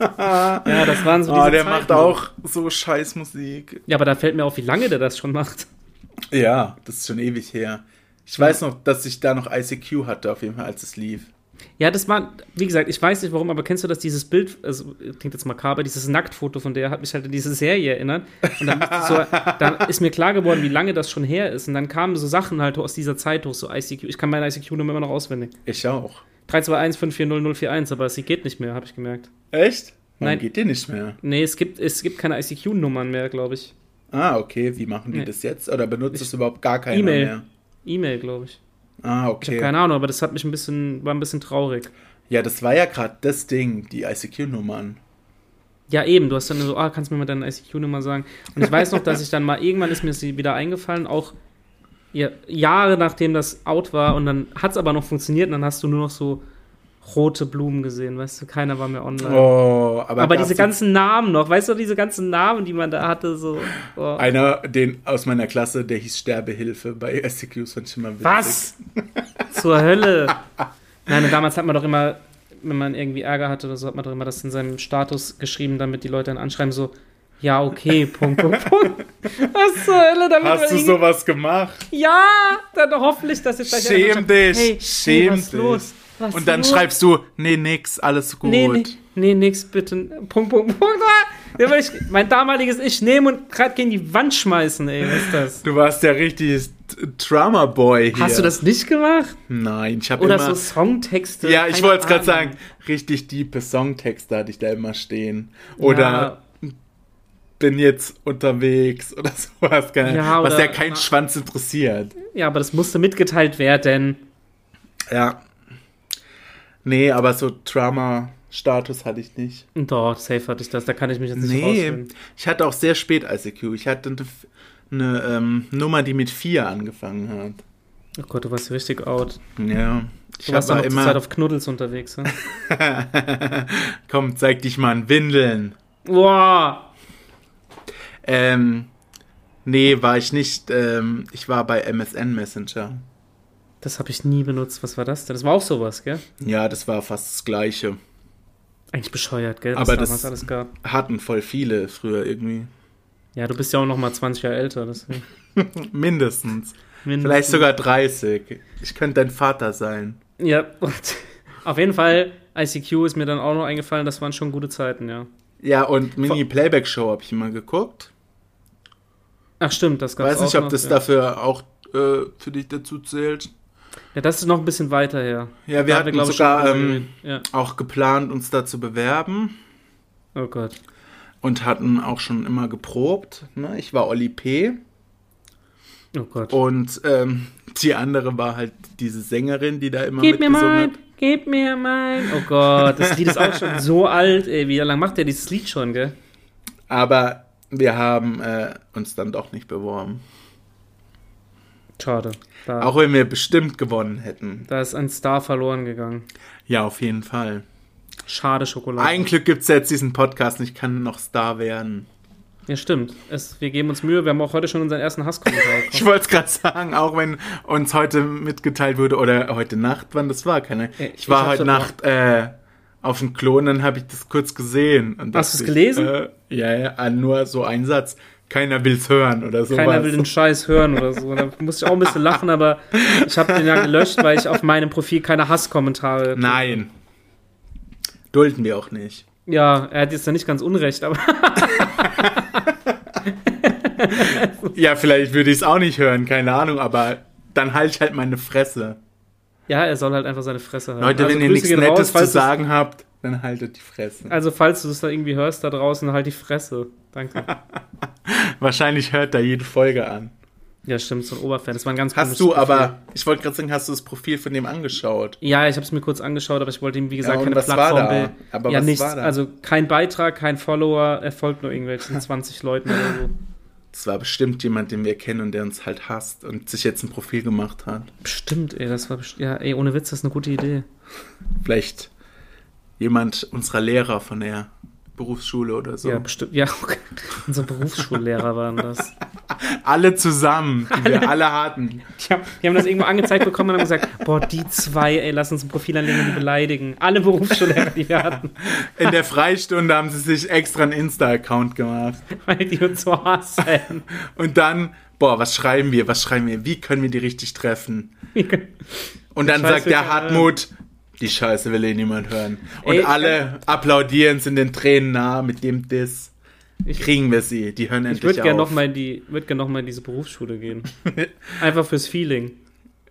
Speaker 1: ja, das waren so Also diese
Speaker 2: Ah, der
Speaker 1: Zeiten.
Speaker 2: macht auch so scheiß Musik.
Speaker 1: Ja, aber da fällt mir auf, wie lange der das schon macht.
Speaker 2: Ja, das ist schon ewig her. Ich weiß noch, dass ich da noch ICQ hatte, auf jeden Fall, als es lief.
Speaker 1: Ja, das war, wie gesagt, ich weiß nicht warum, aber kennst du das, dieses Bild, also klingt jetzt makaber, dieses Nacktfoto von der hat mich halt an diese Serie erinnert. Und dann, musste ich
Speaker 2: [laughs]
Speaker 1: so, dann ist mir klar geworden, wie lange das schon her ist. Und dann kamen so Sachen halt aus dieser Zeit hoch, so ICQ. Ich kann meine ICQ-Nummer immer noch auswendig.
Speaker 2: Ich auch.
Speaker 1: 321540041, aber sie geht nicht mehr, habe ich gemerkt.
Speaker 2: Echt? Warum
Speaker 1: Nein.
Speaker 2: Geht dir nicht mehr.
Speaker 1: Nee, es gibt, es gibt keine ICQ-Nummern mehr, glaube ich.
Speaker 2: Ah, okay. Wie machen die
Speaker 1: Nee.
Speaker 2: das jetzt? Oder benutzt es überhaupt gar keiner
Speaker 1: E-Mail.
Speaker 2: mehr?
Speaker 1: E-Mail, glaube ich.
Speaker 2: Ah,
Speaker 1: Ich habe
Speaker 2: okay.
Speaker 1: keine Ahnung, aber das hat mich ein bisschen, war ein bisschen traurig.
Speaker 2: Ja, das war ja gerade das Ding, die ICQ-Nummern.
Speaker 1: Ja, eben, du hast dann so, ah, kannst du mir mal deine ICQ-Nummer sagen? Und ich weiß noch, dass ich dann mal, irgendwann ist mir sie wieder eingefallen, auch ja, Jahre nachdem das out war und dann hat es aber noch funktioniert und dann hast du nur noch so rote Blumen gesehen, weißt du, keiner war mehr online.
Speaker 2: Oh, aber,
Speaker 1: aber
Speaker 2: gab's
Speaker 1: diese
Speaker 2: jetzt
Speaker 1: ganzen Namen noch, weißt du, diese ganzen Namen, die man da hatte, so. Oh.
Speaker 2: Einer, den aus meiner Klasse, der hieß Sterbehilfe bei ICQs, fand ich immer witzig.
Speaker 1: Was? [laughs] Zur Hölle. Nein, und damals hat man doch immer, wenn man irgendwie Ärger hatte oder so, hat man doch immer das in seinem Status geschrieben, damit die Leute dann anschreiben, so, ja,
Speaker 2: [laughs]
Speaker 1: okay, Punkt, Punkt, Punkt. Was zur Hölle, damit
Speaker 2: Hast
Speaker 1: man
Speaker 2: du
Speaker 1: irgendwie-
Speaker 2: sowas gemacht?
Speaker 1: Ja, dann hoffentlich, dass jetzt gleich einer
Speaker 2: Schäm
Speaker 1: sagt,
Speaker 2: dich!
Speaker 1: Hey,
Speaker 2: schäm
Speaker 1: hey, was
Speaker 2: dich!
Speaker 1: ist los? Was
Speaker 2: Und dann
Speaker 1: los?
Speaker 2: schreibst du, nee, nix, alles gut.
Speaker 1: Nee, nee, nee, nix, bitte. Punkt, Punkt, Punkt. Ah! Ja, weil ich, mein damaliges Ich nehmen und gerade gegen die Wand schmeißen, ey, was ist das?
Speaker 2: Du warst ja richtig Drama Boy hier.
Speaker 1: Hast du das nicht gemacht?
Speaker 2: Nein, ich habe
Speaker 1: Oder
Speaker 2: immer.
Speaker 1: so Songtexte?
Speaker 2: ja, ich
Speaker 1: Keine
Speaker 2: wollte es gerade
Speaker 1: Ahnung.
Speaker 2: sagen, richtig diepe Songtexte hatte ich da immer stehen. Oder
Speaker 1: Ja.
Speaker 2: bin jetzt unterwegs oder [laughs] sowas, keine Ahnung.
Speaker 1: Ja,
Speaker 2: was
Speaker 1: oder- ah.
Speaker 2: ja keinen Schwanz interessiert.
Speaker 1: Ja, aber das musste mitgeteilt werden.
Speaker 2: Ja. Nee, aber so Drama-Status hatte ich nicht.
Speaker 1: Doch, safe hatte ich das. Da kann ich mich jetzt nicht
Speaker 2: Nee,
Speaker 1: rausfinden.
Speaker 2: ich hatte auch sehr spät ICQ. Ich hatte eine, F- eine ähm, Nummer, die mit 4 angefangen hat.
Speaker 1: Oh Gott, du warst richtig out.
Speaker 2: Ja.
Speaker 1: Du
Speaker 2: Ich
Speaker 1: warst
Speaker 2: war
Speaker 1: doch immer
Speaker 2: immer.
Speaker 1: Zeit auf Knuddels unterwegs. Ne?
Speaker 2: Komm, zeig dich mal an Windeln.
Speaker 1: Boah,
Speaker 2: Ähm, Nee, war ich nicht. Ähm, ich war bei MSN Messenger.
Speaker 1: Das habe ich nie benutzt. Was war das denn? Das war auch sowas, gell?
Speaker 2: Ja, das war fast das Gleiche.
Speaker 1: Eigentlich bescheuert, gell?
Speaker 2: Aber
Speaker 1: damals
Speaker 2: das-
Speaker 1: alles gab.
Speaker 2: Hatten voll viele früher irgendwie.
Speaker 1: Ja, du bist ja auch noch mal 20 Jahre älter. Deswegen.
Speaker 2: Mindestens.
Speaker 1: Mindestens.
Speaker 2: Vielleicht sogar 30. Ich könnte dein Vater sein.
Speaker 1: Ja, und [laughs] auf jeden Fall, ICQ ist mir dann auch noch eingefallen. Das waren schon gute Zeiten, ja.
Speaker 2: Ja, und Mini-Playback-Show habe ich immer geguckt.
Speaker 1: Ach, stimmt, das gab's
Speaker 2: Weiß nicht,
Speaker 1: auch
Speaker 2: ob
Speaker 1: noch,
Speaker 2: das
Speaker 1: ja.
Speaker 2: dafür auch äh, für dich dazu zählt.
Speaker 1: Ja, das ist noch ein bisschen weiter her.
Speaker 2: Ja, wir
Speaker 1: Da
Speaker 2: hatten
Speaker 1: glaub
Speaker 2: sogar
Speaker 1: schon drüber
Speaker 2: ähm,
Speaker 1: geredet. ja.
Speaker 2: auch geplant, uns da zu bewerben
Speaker 1: Oh Gott.
Speaker 2: und hatten auch schon immer geprobt. Ne? Ich war Oli P.
Speaker 1: Oh Gott.
Speaker 2: und ähm, die andere war halt diese Sängerin, die da immer
Speaker 1: Gib mir
Speaker 2: mitgesungen
Speaker 1: mein,
Speaker 2: hat.
Speaker 1: gib mir mein. Oh Gott, das Lied ist [laughs] auch schon so alt, ey. Wie lange macht der dieses Lied schon, gell?
Speaker 2: Aber wir haben äh, uns dann doch nicht beworben.
Speaker 1: Schade. Da,
Speaker 2: Auch wenn wir bestimmt gewonnen hätten.
Speaker 1: da ist ein Star verloren gegangen.
Speaker 2: Ja, auf jeden Fall.
Speaker 1: Schade Schokolade.
Speaker 2: Ein Glück gibt es jetzt diesen Podcast und ich kann noch Star werden.
Speaker 1: ja, stimmt. Es, wir geben uns Mühe. Wir haben auch heute schon unseren ersten Hasskommentar [laughs]
Speaker 2: Ich
Speaker 1: bekommen.
Speaker 2: wollte es gerade sagen, auch wenn uns heute mitgeteilt wurde oder heute Nacht, wann das war, keine.
Speaker 1: Äh,
Speaker 2: Ich war
Speaker 1: ich hab's
Speaker 2: heute Nacht äh, auf dem Klo und dann habe ich das kurz gesehen. Und
Speaker 1: Hast
Speaker 2: dachte
Speaker 1: du's
Speaker 2: ich,
Speaker 1: gelesen?
Speaker 2: Äh, ja, ja, ah, nur so ein Satz. Keiner will's hören oder sowas.
Speaker 1: Keiner will den Scheiß hören oder so. Da musste ich auch ein bisschen lachen, aber ich habe den ja gelöscht, weil ich auf meinem Profil keine Hasskommentare.
Speaker 2: Nein. Dulden wir auch nicht.
Speaker 1: Ja, er hat jetzt ja nicht ganz unrecht, aber [laughs]
Speaker 2: Ja, vielleicht würde ich es auch nicht hören, keine Ahnung, aber dann halt ich halt meine Fresse.
Speaker 1: ja, er soll halt einfach seine Fresse halten.
Speaker 2: Leute, wenn ihr
Speaker 1: Grüße
Speaker 2: nichts
Speaker 1: gehen
Speaker 2: Nettes zu
Speaker 1: falls du's-
Speaker 2: sagen habt, dann haltet die Fresse.
Speaker 1: Also, falls du es da irgendwie hörst da draußen, halt die Fresse. Danke.
Speaker 2: Wahrscheinlich hört da jede Folge an.
Speaker 1: Ja, stimmt, so ein Oberfan. Das war ein ganz
Speaker 2: Hast
Speaker 1: komisches
Speaker 2: du
Speaker 1: Gefühl.
Speaker 2: aber, ich wollte gerade sagen, hast du das Profil von dem angeschaut?
Speaker 1: Ja, ich habe es mir kurz angeschaut, aber ich wollte ihm, wie gesagt,
Speaker 2: Ja, und
Speaker 1: keine
Speaker 2: was war
Speaker 1: Plattform
Speaker 2: da?
Speaker 1: bilden.
Speaker 2: Aber
Speaker 1: ja,
Speaker 2: was
Speaker 1: nichts.
Speaker 2: war da?
Speaker 1: Also kein Beitrag, kein Follower, er folgt nur [laughs] irgendwelchen 20 Leuten oder so.
Speaker 2: Das war bestimmt jemand, den wir kennen und der uns halt hasst und sich jetzt ein Profil gemacht hat.
Speaker 1: Bestimmt, ey, das war best- Ja, ey, ohne Witz, das ist eine gute Idee.
Speaker 2: Vielleicht jemand unserer Lehrer von der Berufsschule oder so.
Speaker 1: Ja, bestimmt. Ja, okay. [laughs] unsere Berufsschullehrer waren das.
Speaker 2: Alle zusammen, die wir alle hatten.
Speaker 1: [laughs] Die haben, die haben das irgendwo angezeigt bekommen und haben gesagt: Boah, die zwei, ey, lass uns ein Profil anlegen und die beleidigen. Alle Berufsschullehrer, die wir hatten,
Speaker 2: In der Freistunde haben sie sich extra einen Insta-Account gemacht.
Speaker 1: [laughs] weil die uns so hassen.
Speaker 2: Und dann, boah, was schreiben wir? Was schreiben wir? Wie können wir die richtig
Speaker 1: [laughs]
Speaker 2: treffen? Und dann
Speaker 1: Scheiß
Speaker 2: sagt
Speaker 1: will
Speaker 2: der
Speaker 1: keiner hören.
Speaker 2: Hartmut, die Scheiße will eh niemand hören. Und
Speaker 1: Ey, ähm,
Speaker 2: alle applaudieren es in den Tränen nah mit dem Diss.
Speaker 1: Ich-
Speaker 2: Kriegen wir sie, die hören
Speaker 1: Ich
Speaker 2: endlich
Speaker 1: würde gerne
Speaker 2: auf.
Speaker 1: nochmal in, die- würd gern noch mal in diese Berufsschule [laughs] gehen. Einfach fürs Feeling.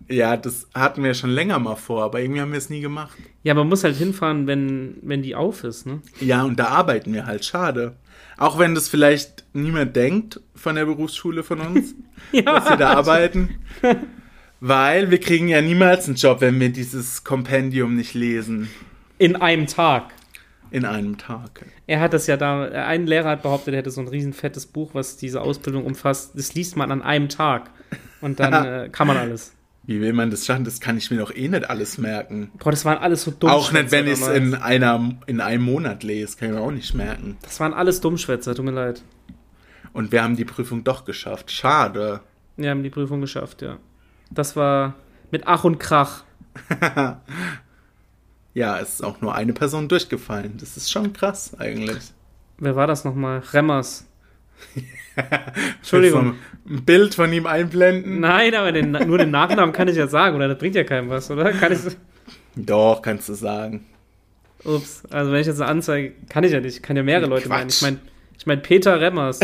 Speaker 2: ja, das hatten wir schon länger mal vor, aber irgendwie haben wir es nie gemacht.
Speaker 1: Ja, man muss halt hinfahren, wenn, wenn die auf ist,
Speaker 2: [laughs]
Speaker 1: ne?
Speaker 2: Ja, und da arbeiten wir halt, schade. Auch wenn das vielleicht niemand denkt von der Berufsschule von uns,
Speaker 1: [laughs]
Speaker 2: dass wir da arbeiten. Weil wir kriegen ja niemals einen Job, wenn wir dieses Kompendium nicht lesen
Speaker 1: In einem Tag.
Speaker 2: in einem Tag.
Speaker 1: Er hat das ja da, ein Lehrer hat behauptet, er hätte so ein riesen fettes Buch, was diese Ausbildung umfasst. Das liest man an einem Tag. Und
Speaker 2: [laughs]
Speaker 1: dann äh, kann man alles.
Speaker 2: Wie will man das schaffen? Das kann ich mir doch eh nicht alles merken.
Speaker 1: Boah, das waren alles so dumme
Speaker 2: auch nicht, wenn ich es
Speaker 1: damals.
Speaker 2: in, einer- in einem Monat lese, kann ich mir auch nicht merken.
Speaker 1: Das waren alles Dummschwätzer, tut mir leid.
Speaker 2: Und wir haben die Prüfung doch geschafft. Schade.
Speaker 1: Wir haben die Prüfung geschafft, ja. Das war mit Ach und Krach.
Speaker 2: Ja, es ist auch nur eine Person durchgefallen. Das ist schon krass eigentlich.
Speaker 1: Wer war das nochmal?
Speaker 2: [laughs]
Speaker 1: Remmers. Entschuldigung.
Speaker 2: Willst du noch Ein Bild von ihm einblenden?
Speaker 1: Nein, aber den, nur den Nachnamen kann ich ja sagen, oder? Das bringt ja keinem was, oder? Kann ich.
Speaker 2: Doch, kannst du sagen.
Speaker 1: Ups, also wenn ich jetzt eine Anzeige. Kann ich ja nicht, kann ja mehrere Leute
Speaker 2: Quatsch.
Speaker 1: meinen. Ich meine, ich mein Peter Remmers.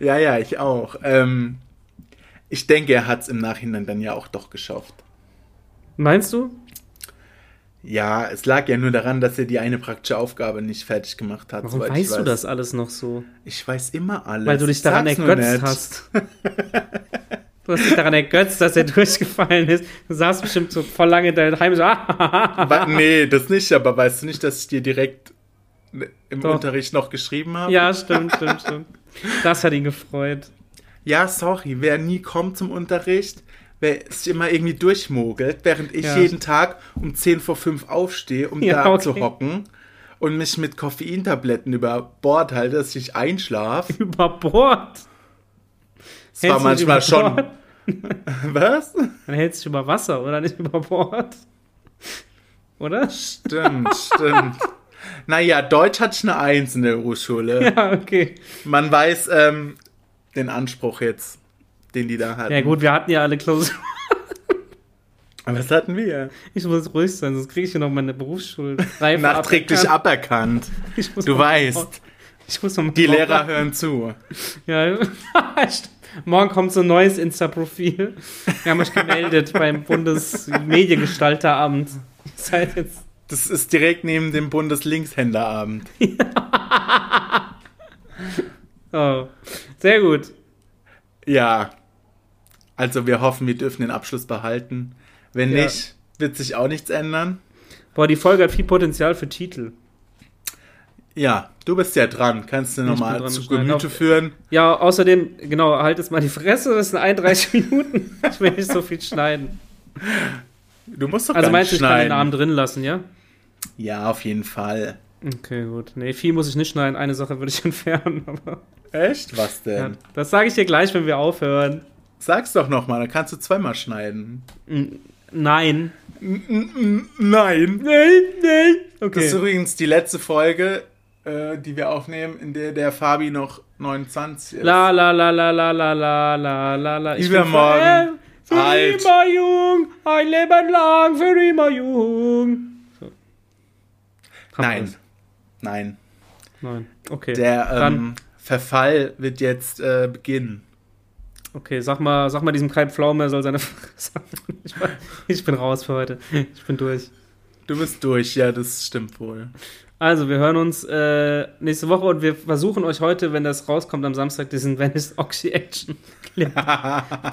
Speaker 2: Ja, ja, ich auch. Ähm, ich denke, er hat es im Nachhinein dann ja auch doch geschafft.
Speaker 1: Meinst du?
Speaker 2: Ja, es lag ja nur daran, dass er die eine praktische Aufgabe nicht fertig gemacht hat.
Speaker 1: Warum
Speaker 2: soweit ich
Speaker 1: weißt du
Speaker 2: weiß.
Speaker 1: das alles noch so?
Speaker 2: Ich weiß immer alles.
Speaker 1: Weil du dich daran
Speaker 2: Sag's nur
Speaker 1: ergötzt
Speaker 2: nicht.
Speaker 1: hast. Du hast dich daran ergötzt, dass er [laughs] durchgefallen ist. Du saßt bestimmt so voll lange daheim so, [laughs] ah,
Speaker 2: Wa- nee, das nicht, aber weißt du nicht, dass ich dir
Speaker 1: [laughs]
Speaker 2: direkt im
Speaker 1: Doch.
Speaker 2: Unterricht noch geschrieben habe?
Speaker 1: ja, stimmt, stimmt, stimmt. Das hat ihn gefreut.
Speaker 2: Ja, sorry, wer nie kommt zum Unterricht, wer sich immer irgendwie durchmogelt, während ich
Speaker 1: Ja.
Speaker 2: jeden Tag um 10 vor 5 aufstehe, um
Speaker 1: Ja,
Speaker 2: da
Speaker 1: okay.
Speaker 2: zu hocken und mich mit Koffeintabletten über Bord halte, dass ich einschlafe.
Speaker 1: Über Bord.
Speaker 2: Es war
Speaker 1: Hältst du
Speaker 2: manchmal
Speaker 1: dich über
Speaker 2: schon.
Speaker 1: Bord?
Speaker 2: [laughs] Was?
Speaker 1: Dann hältst du dich über Wasser oder nicht über Bord. Oder? [laughs]
Speaker 2: Stimmt, stimmt. Naja, Deutsch hatte ich eine Eins in der Hochschule.
Speaker 1: Ja, okay.
Speaker 2: Man weiß ähm, den Anspruch jetzt, den die da hatten.
Speaker 1: Ja, gut, wir hatten ja alle Klausur.
Speaker 2: Aber das hatten wir.
Speaker 1: Ich muss ruhig sein, sonst kriege ich hier noch meine Berufsschule.
Speaker 2: Nachträglich aberkannt.
Speaker 1: Ich muss
Speaker 2: Du
Speaker 1: noch-
Speaker 2: weißt,
Speaker 1: Ich muss noch
Speaker 2: die Lehrer hören zu.
Speaker 1: Ja, [laughs] stimmt. morgen kommt so ein neues Insta-Profil. Wir haben euch
Speaker 2: [laughs]
Speaker 1: gemeldet beim Bundesmediengestalteramt. Ihr seid jetzt.
Speaker 2: Das ist direkt neben dem Bundeslinkshänderabend.
Speaker 1: Oh. Sehr gut.
Speaker 2: Ja. Also wir hoffen, wir dürfen den Abschluss behalten. Wenn
Speaker 1: Ja.
Speaker 2: nicht, wird sich auch nichts ändern.
Speaker 1: Boah, die Folge hat viel Potenzial für Titel.
Speaker 2: Ja, du bist ja dran. Kannst du
Speaker 1: bin
Speaker 2: nochmal
Speaker 1: dran,
Speaker 2: zu
Speaker 1: ich schneide
Speaker 2: Gemüte
Speaker 1: auf.
Speaker 2: führen.
Speaker 1: Ja, außerdem, genau, halt jetzt mal die Fresse, das sind 31
Speaker 2: [laughs]
Speaker 1: Minuten. Ich will nicht so viel schneiden.
Speaker 2: Du musst doch
Speaker 1: Also
Speaker 2: gar nicht
Speaker 1: meinst du, ich kann den
Speaker 2: schneiden.
Speaker 1: Namen drin lassen, ja?
Speaker 2: ja, auf jeden Fall.
Speaker 1: Okay, gut. Nee, viel muss ich nicht schneiden. Eine Sache würde ich entfernen, aber.
Speaker 2: Echt? Was
Speaker 1: Ja,
Speaker 2: denn?
Speaker 1: das sage ich dir gleich, wenn wir aufhören.
Speaker 2: Sag's doch nochmal, dann kannst du zweimal schneiden.
Speaker 1: Nein.
Speaker 2: Nein.
Speaker 1: Nein, nein. Okay.
Speaker 2: Das ist übrigens die letzte Folge, äh, die wir aufnehmen, in der der Fabi noch 29 ist.
Speaker 1: La la la la la la la la la la. Ich bin
Speaker 2: Übermorgen. Halt.
Speaker 1: Für, für
Speaker 2: Alt.
Speaker 1: immer jung, ein Leben lang, für immer jung. So. Hab
Speaker 2: Nein.
Speaker 1: was.
Speaker 2: Nein.
Speaker 1: Nein. Okay.
Speaker 2: Der ähm,
Speaker 1: Dann-
Speaker 2: Verfall wird jetzt äh, beginnen.
Speaker 1: Okay, sag mal, sag mal diesem Kai Pflaume, er soll seine [laughs] Fresse. halten. Ich, war- ich bin raus für heute. Ich bin durch.
Speaker 2: Du bist durch, ja, das stimmt wohl.
Speaker 1: Also, wir hören uns äh, nächste Woche und wir versuchen euch heute, wenn das rauskommt am Samstag, diesen Venice Oxy Action
Speaker 2: [laughs]
Speaker 1: Clip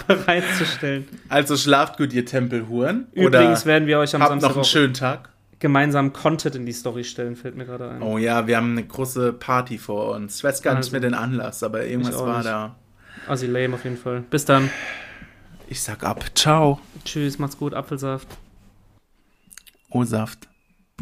Speaker 1: bereitzustellen.
Speaker 2: Also schlaft gut, ihr Tempelhuren.
Speaker 1: Übrigens
Speaker 2: oder
Speaker 1: werden wir euch am
Speaker 2: habt
Speaker 1: Samstag
Speaker 2: noch einen
Speaker 1: auch
Speaker 2: schönen Tag.
Speaker 1: gemeinsam Content in die Story stellen, fällt mir gerade ein.
Speaker 2: Oh ja, wir haben eine große Party vor uns. Ich weiß gar nicht
Speaker 1: Also.
Speaker 2: mehr den Anlass, aber irgendwas
Speaker 1: auch
Speaker 2: war
Speaker 1: nicht.
Speaker 2: da.
Speaker 1: Also lame auf jeden Fall. Bis dann.
Speaker 2: Ich sag ab. Ciao.
Speaker 1: Tschüss, macht's gut, Apfelsaft.
Speaker 2: O Oh, Saft.